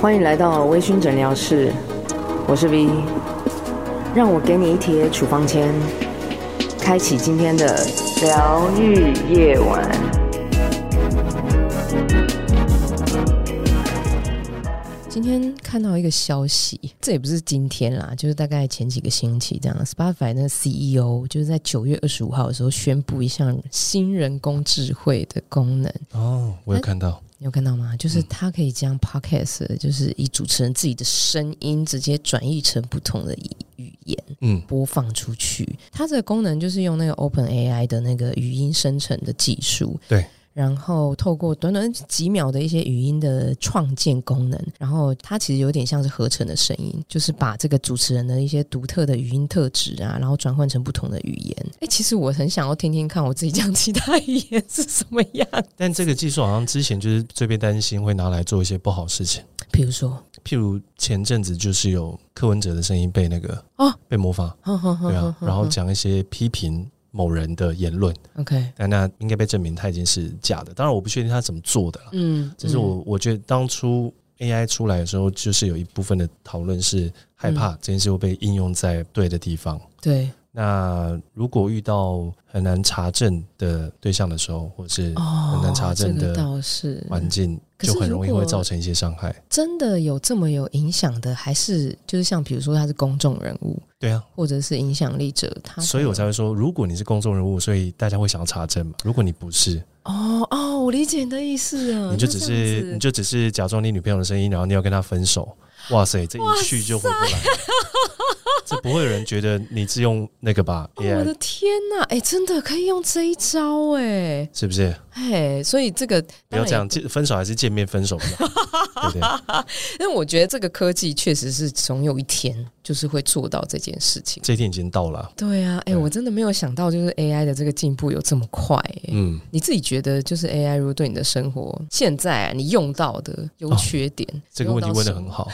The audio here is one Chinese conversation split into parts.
欢迎来到微醺诊疗室，我是 V，让我给你一贴处方签，开启今天的疗愈夜晚。今天看到一个消息，这也不是今天啦，就是大概前几个星期这样。Spotify 那个 CEO 就是在九月二十五号的时候宣布一项新人工智慧的功能，哦，哎我有看到，你有看到吗？嗯就是它可以将 podcast，就是以主持人自己的声音直接转译成不同的语言嗯播放出去。它这个功能就是用那个 Open AI 的那个语音生成的技术，对。然后透过短短几秒的一些语音的创建功能，然后它其实有点像是合成的声音，就是把这个主持人的一些独特的语音特质啊，然后转换成不同的语言。哎，其实我很想要听听看我自己讲其他语言是什么样，但这个技术好像之前就是最被担心会拿来做一些不好事情，比如 说，譬如前阵子就是有柯文哲的声音被那个哦嗯被模仿，呵呵呵对呵啊，呵然后呵讲一些批评某人的言论， OK，但那应该被证明他已经是假的。当然我不确定他怎么做的啦，嗯，只是我我觉得当初 AI 出来的时候，就是有一部分的讨论是害怕这件事会被应用在对的地方。嗯对那如果遇到很难查证的对象的时候，或是哦，很难查证这个的倒是环境嗯可是就很容易如果会造成一些伤害。真的有这么有影响的，还是就是像比如说他是公众人物对啊，或者是影响力者，他所以我才会说，如果你是公众人物，所以大家会想要查证嘛。如果你不是，哦哦，我理解你的意思啊，你就只是你就只是假装你女朋友的声音，然后你要跟她分手。哇塞，这一去就回不来了，这不会有人觉得你是用那个吧这 样子哦我的？AI 天呐、哎、真的可以用这一招哎、是不是？哎，所以这个不当要然这样，见分手还是见面分手 比较好，对不对？但我觉得这个科技确实是总有一天就是会做到这件事情。这一天已经到了啊，对啊，哎、对我真的没有想到，就是 AI 的这个进步有这么快、哎嗯。你自己觉得，就是 AI 如果对你的生活现在、啊、你用到的优缺点、哦这个问题问的很好。好。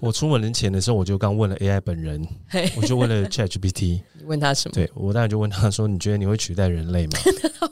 我出门前的时候，我就刚问了 AI 本人嘿，我就问了 ChatGPT，你问他什么？对我当然就问他说：“你觉得你会取代人类 吗？”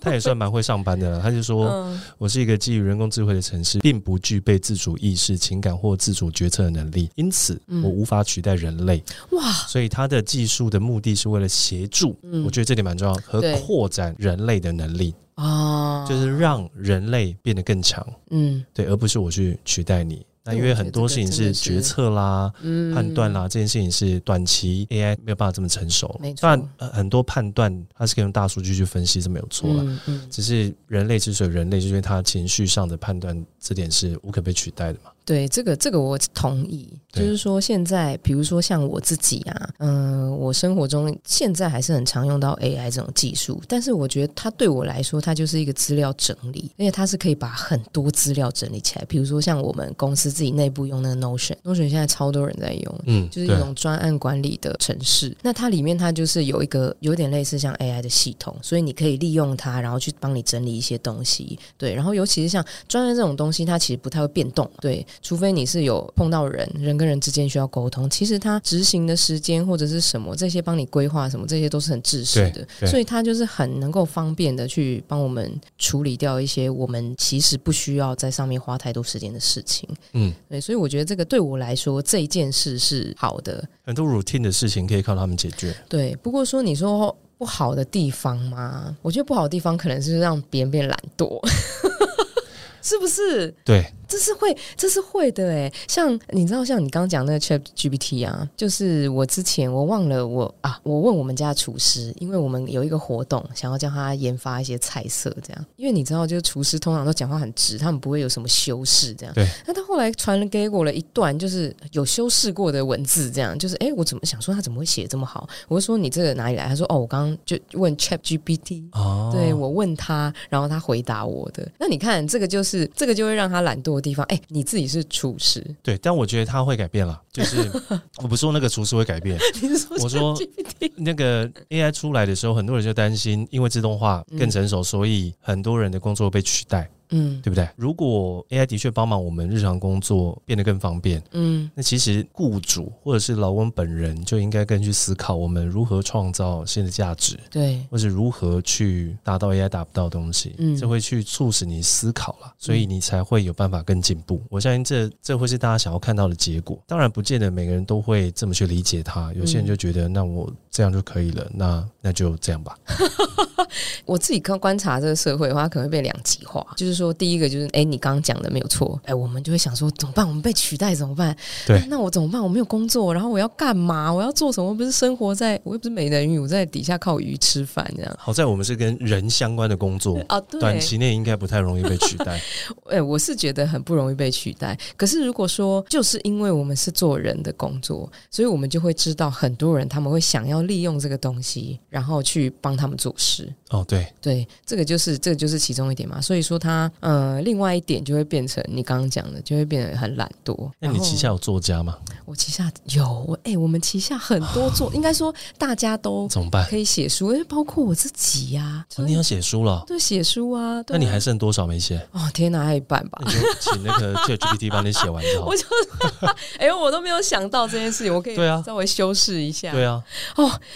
他也算蛮会上班的了，他就说嗯，：“我是一个基于人工智慧的城市，并不具备自主意识、情感或自主决策的能力，因此嗯我无法取代人类。哇，所以它的技术的目的是为了协助。”嗯我觉得这点蛮重要，和对扩展人类的能力，得啊，就是让人类变得更强，嗯对，而不是我去取代你。那对因我为觉很得多这事个情真的是是决策啦，嗯判断啦，这件事情是短期 AI 没有办法这么成熟。没错当然、呃很多判断它是可以用大数据去分析，是没有错了。嗯嗯，只是人类之所以人类，就是因为他情绪上的判断，这点是无可被取代的嘛。对，这个这个我同意，就对是说现在，比如说像我自己啊，嗯、我生活中现在还是很常用到 AI 这种技术，但是我觉得它对我来说，它就是一个资料整理，而且它是可以把很多资料整理起来，比如说像我们公司自己内部用那个 Notion，Notion 现在超多人在用，嗯，就是一对种专案管理的城市。那它里面它就是有一个有点类似像 AI 的系统，所以你可以利用它，然后去帮你整理一些东西。对，然后尤其是像专案这种东西，它其实不太会变动，对，除非你是有碰到人，人跟人之间需要沟通。其实它执行的时间或者是什么这些帮你规划什么，这些都是很制式的对，对所以它就是很能够方便的去帮我们处理掉一些我们其实不需要在上面花太多时间的事情。嗯，对，所以我觉得这个对我来说这一件事是好的，很多 routine 的事情可以靠他们解决。对，不过说你说不好的地方嘛，我觉得不好的地方可能是让别人变懒惰， 是不是？对，这是会，这是会的哎。像你知道，像你刚刚讲那个 Chat GPT 啊，就是我之前我忘了我啊，我问我们家厨师，因为我们有一个活动，想要叫他研发一些菜色这样。因为你知道，就是厨师通常都讲话很直，他们不会有什么修饰这样。对。那他后来传了给我了一段，就是有修饰过的文字这样，就是哎，诶我怎么想说他怎么会写这么好？我就说你这个哪里来？他说哦，我刚刚就问 Chat GPT。哦，对我问他，然后他回答我的。那你看，这个就是这个就会让他懒惰的地方。哎，你自己是厨 师，对，但我觉得他会改变了，就是 我不是说那个厨师会改变，你是说我说 GPT 那个 AI 出来的时候，很多人就担心，因为自动化更成熟，所以很多人的工作被取代。嗯对不对？如果 AI 的确帮忙我们日常工作变得更方便，嗯那其实雇主或者是劳工本人就应该更去思考我们如何创造新的价值，对，或是如何去达到 AI 达不到的东西，嗯这会去促使你思考啦，所以你才会有办法更进步。我相信这这会是大家想要看到的结果。当然，不见得每个人都会这么去理解它，有嗯些人就觉得、那我这样就可以了，那那就这样吧。我自己看观察这个社会的话，它可能会被两极化。就是说，第一个就是，哎、你刚刚讲的没有错，哎、我们就会想说，怎么办？我们被取代怎么办？对那，那我怎么办？我没有工作，然后我要干嘛？我要做什么？我不是生活在，我又不是美人鱼，我在底下靠鱼吃饭这样。好在我们是跟人相关的工作，啊，对，哦短期内应该不太容易被取代。哎、我是觉得很不容易被取代。可是如果说，就是因为我们是做人的工作，所以我们就会知道很多人他们会想要利用这个东西，然后去帮他们做事。哦，对，对，这个就是这个就是其中一点嘛。所以说它呃，另外一点就会变成你刚刚讲的，就会变得很懒惰。那然你后旗下有作家吗？我旗下有哎、我们旗下很多 作，应该说大家都怎么办？可以写书，因为包括我自己呀、哦就是你要写书了哦，对写书啊。对那啊你还剩多少没写？哦天哪，还有一半吧那。你就请那 个 ChatGPT 帮你写完就好我。就哎、我都没有想到这件事情，我可以对啊稍微修饰一下。对啊，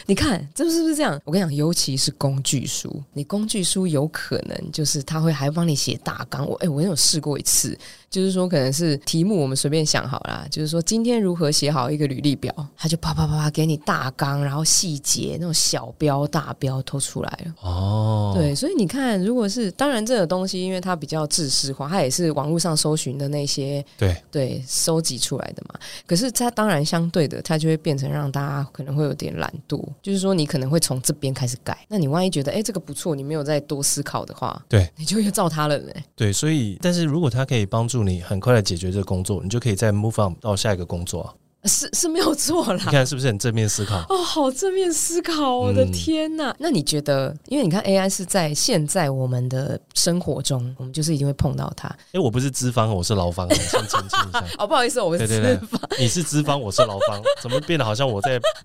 你看，这是不是这样？我跟你讲，尤其是工具书，你工具书有可能就是他会还帮你写大纲。我哎、我有试过一次，就是说可能是题目我们随便想好啦，就是说今天如何写好一个履历表，他就啪啪啪啪给你大纲，然后细节那种小标大标都出来了。哦，对，所以你看，如果是当然这个东西，因为它比较制式化，它也是网络上搜寻的那些对对收集出来的嘛。可是它当然相对的，它就会变成让大家可能会有点懒惰，就是说你可能会从这边开始改。那你万一觉得哎、诶这个不错，你没有再多思考的话，对你就又照它了呢。对，所以但是如果它可以帮助你很快的解决这个工作，你就可以再 move on 到下一个 工作啊。是是没有错你 啦。看是不是很正面思考？哦，好正面思考，我的嗯天呐！那你觉得，因为你看 AI 是在现在我们的生活中，我们就是一定会碰到它。哎，我不是资方，我是 劳方，啊先澄清一下。哦，不好意思，我对是对对，你是资方，我是劳方，怎么变得好像我在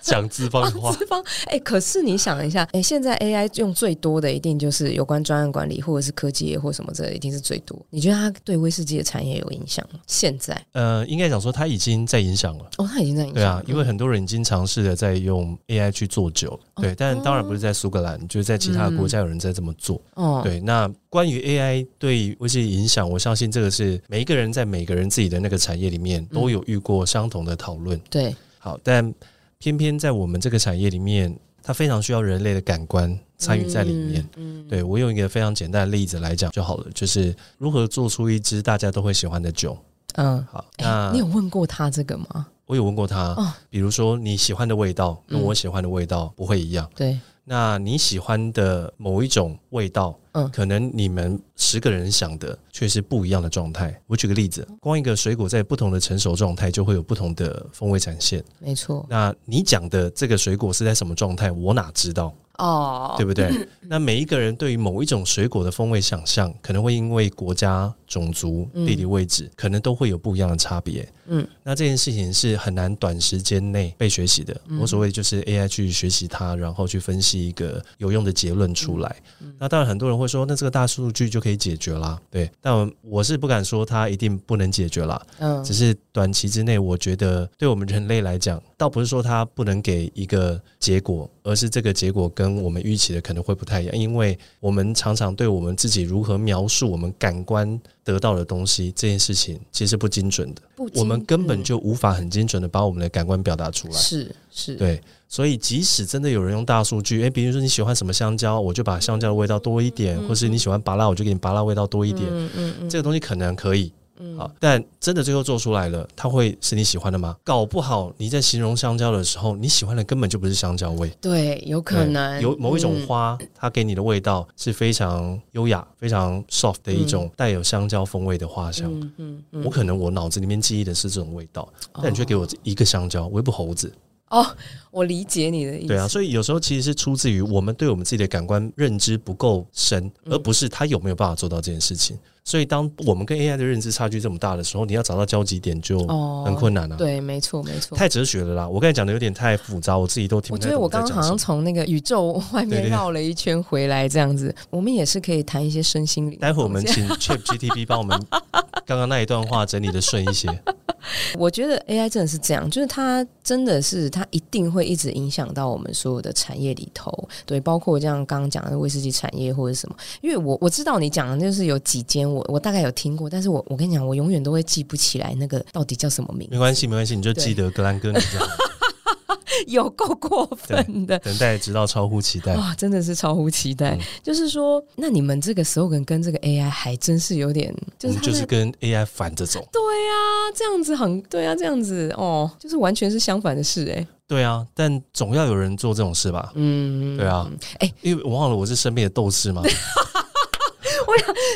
讲资方的话？资方哎、可是你想一下，哎、现在 AI 用最多的一定就是有关专案管理，或者是科技业或什么，这一定是最多。你觉得它对威士忌的产业有影响吗？现在呃，应该讲说它已经在影响了。哦，它已经在影响对啊了，因为很多人已经尝试了在用 AI 去做酒，哦对，但当然不是在苏格兰，就是在其嗯他国家有人在这么做。哦，对，那关于 AI 对威士忌影响，我相信这个是每一个人在每个人自己的那个产业里面嗯都有遇过相同的讨论。对好，但偏偏在我们这个产业里面，它非常需要人类的感官参与在里面。，嗯，嗯对我用一个非常简单的例子来讲就好了，就是如何做出一支大家都会喜欢的酒。嗯。好，哎、那你有问过他这个吗？我有问过他，哦比如说你喜欢的味道跟嗯我喜欢的味道不会一样，对，那你喜欢的某一种味道，嗯可能你们十个人想的却是不一样的状态。我举个例子，光一个水果在不同的成熟状态就会有不同的风味展现。没错。那你讲的这个水果是在什么状态，我哪知道，哦，对不对？那每一个人对于某一种水果的风味想象，可能会因为国家、种族、嗯地理位置，可能都会有不一样的差别。嗯，那这件事情是很难短时间内被学习的。嗯我所谓就是 AI 去学习它，然后去分析一个有用的结论出来。嗯那当然，很多人会说，那这个大数据就可以解决啦。对，但我是不敢说它一定不能解决啦。嗯，只是短期之内，我觉得对我们人类来讲，倒不是说它不能给一个结果，而是这个结果跟我们预期的可能会不太一样，因为我们常常对我们自己如何描述我们感官得到的东西这件事情，其实不精准的，不我们精根本嗯就无法很精准的把我们的感官表达出来。是是，对，所以即使真的有人用大数据，诶，比如说你喜欢什么香蕉，我就把香蕉的味道多一点，或是你喜欢芭拉，我就给你芭拉味道多一点，嗯嗯嗯，这个东西可能可以，嗯好，但真的最后做出来了，它会是你喜欢的吗？搞不好你在形容香蕉的时候，你喜欢的根本就不是香蕉味，对，有可对能有某一种嗯花，它给你的味道是非常优雅、非常 soft 的一种带有香蕉风味的花香。嗯嗯嗯我可能我脑子里面记忆的是这种味道，但你却给我一个香蕉，我又不猴子，哦，我理解你的意思。对啊，所以有时候其实是出自于我们对我们自己的感官认知不够深，嗯而不是他有没有办法做到这件事情。所以当我们跟 AI 的认知差距这么大的时候，你要找到交集点就哦很困难啊。对，没错，没错。太哲学了啦！我刚才讲的有点太复杂，我自己都听我不觉太得懂我在刚讲刚什好像么。从那个宇宙外对面对绕了一圈回来，这样子，我们也是可以谈一些身心灵。 待会我们请 Chat GTP 帮我们刚刚那一段话整理的顺 一些。我觉得 AI 真的是这样，就是它真的是它一定会一直影响到我们所有的产业里头，对，包括这样刚刚讲的威士忌产业或者什么。因为我我知道你讲的就是有几间我我大概有听过，但是我我跟你讲，我永远都会记不起来那个到底叫什么名字 没，关系，没关系，你就记得格兰哥尼这样，有够过分的。等待直到超乎期待。哇，真的是超乎期待。嗯就是说，那你们这个 slogan 跟这个 AI 还真是有点，我就是们它就是在跟 AI 反着走。对啊，这样子很对啊，这样子哦，就是完全是相反的事哎、对啊，但总要有人做这种事吧？嗯，对啊，哎因为我忘了我是生命的 斗士嘛。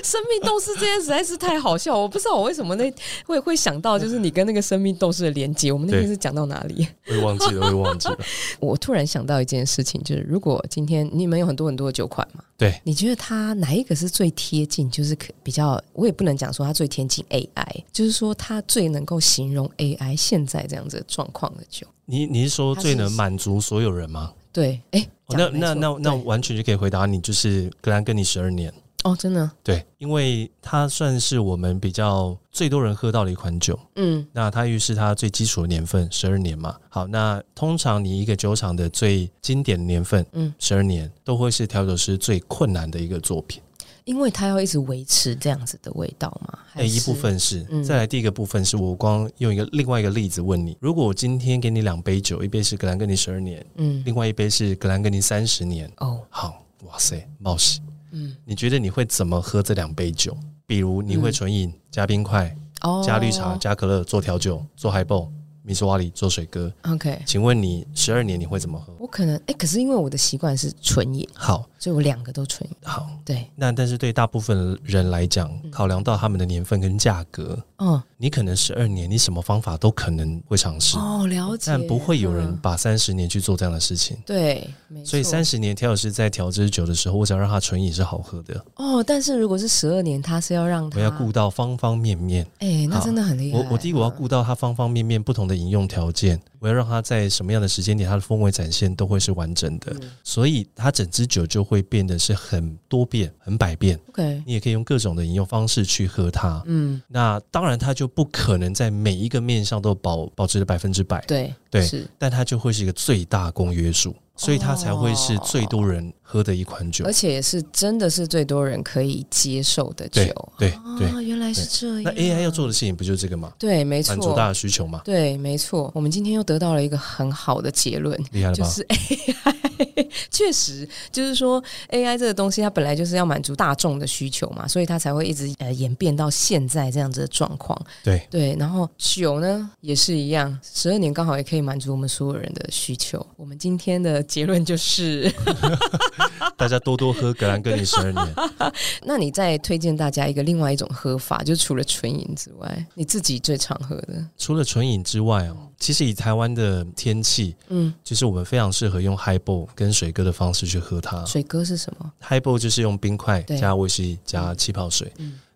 生命斗士这件实在是太好笑，我不知道我为什么那 会会想到就是你跟那个生命斗士的连接，我们那天对是讲到哪里？ 我也忘记了，我也忘记了。我突然想到一件事情，就是如果今天你们有很多很多的酒款嘛，对，你觉得它哪一个是最贴近？就是可比较，我也不能讲说它最贴近 AI，就是说它最能够形容 AI 现在这样子的状况的酒。你你是说最他能是满足所有人吗？对，哎、哦讲那得那没那错那对完全就可以回答你，就是格兰跟你十二年。哦，真的，对，因为它算是我们比较最多人喝到的一款酒。嗯那它又是它最基础的年份，十二年嘛。好，那通常你一个酒厂的最经典的年份，嗯，十二年都会是调酒师最困难的一个作品。因为它要一直维持这样子的味道嘛，还哎，一是部分是，嗯再来第一个部分是我光用一个另外一个例子问你：如果我今天给你两杯酒，一杯是格兰根尼十二年，嗯另外一杯是格兰根尼三十年，哦好，哇塞，冒险！嗯你觉得你会怎么喝这两杯酒？比如你会嗯纯饮、加冰块、哦加绿茶、加可乐做调酒、做海泵、米苏瓦里做水哥， ，OK。请问你十二年你会怎么喝？我可能哎、可是因为我的习惯是纯饮，好所以我两个都纯饮。好，对，那但是对大部分人来讲，嗯考量到他们的年份跟价格，哦你可能十二年，你什么方法都可能会尝试，哦，了解。但不会有人嗯把三十年去做这样的事情。对，没所以错三十年调酒师在调这支酒的时候，我想让它纯饮是好喝的，哦，但是如果是十二年，他是要让我他要顾到方方面面。哎、那好真的很厉害。我我第一个我要顾到它方方面面不同的饮用条件，我要让它在什么样的时间点，它的风味展现都会是完整嗯的，所以它整支酒就会变得是很多变、很百变。 OK，你也可以用各种的饮用方式去喝它。嗯，那当然，它就不可能在每一个面上都保保持着百分之百，对对是但它就会是一个最大公约数，所以它才会是最多人喝的一款酒而。且也是真的是最多人可以接受的酒对。对对，啊，原来是这样。那 AI 要做的事情不就是这个吗？对，没满足大错，家需 求嘛，对，没错。我们今天又得到了一个很好的结论，厉害了就吧？是 AI，确 实就是说 AI 这个东西，它本来就是要满足大众的需求嘛，所以它才会一直呃演变到现在这样子的状况。对对，然后酒呢也是一样，十二年刚好也可以满足我们所有人的需求。我们今天的结论就是， 大家多多喝格兰哥尼十 二年。那你再推荐大家一个另外一种喝法，就除了纯饮之外，你自己最常喝的，除了纯饮之外哦，其实以台湾的天气，嗯，就是我们非常适合用 highball 跟水哥的方式去喝它。水哥是什么？ highball 就是用冰块对嗯加威士忌加气泡水，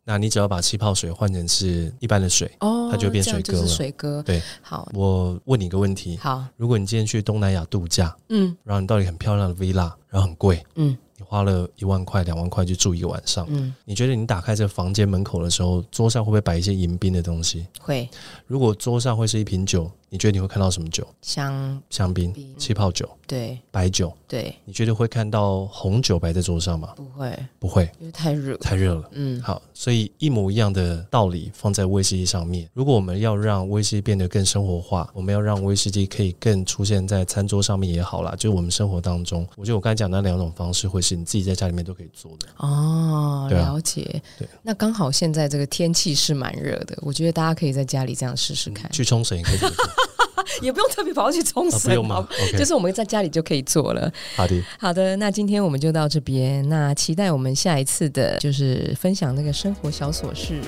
那你只要把气泡水换成是一般的水。哦，它就变这样水哥就了是水哥。对，好，我问你一个问题：好，如果你今天去东南亚度假，嗯然后你到一个很漂亮的 villa，然后很贵，嗯你花了一万块、两万块去住一个晚上，嗯，你觉得你打开这房间门口的时候，桌上会不会摆一些迎宾的东西？会如果桌上会是一瓶酒，你觉得你会看到什么酒？香，香槟、槟气泡酒、对白酒，对，你觉得会看到红酒摆在桌上吗？不会，不会，因为太热。太热了。嗯，好，所以一模一样的道理放在威士忌上面。如果我们要让威士忌变得更生活化，我们要让威士忌可以更出现在餐桌上面也好啦，就是我们生活当中。我觉得我刚才讲的那两种方式，会是你自己在家里面都可以做的。哦，对啊了解。对那刚好现在这个天气是蛮热的，我觉得大家可以在家里这样试试看，去冲绳也可以这么做，啊、也不用特别跑去冲 绳、嗯不用好吗吧？OK，就是我们在家里就可以做了。好的，好的，那今天我们就到这边，那期待我们下一次的就是分享那个生活小琐事。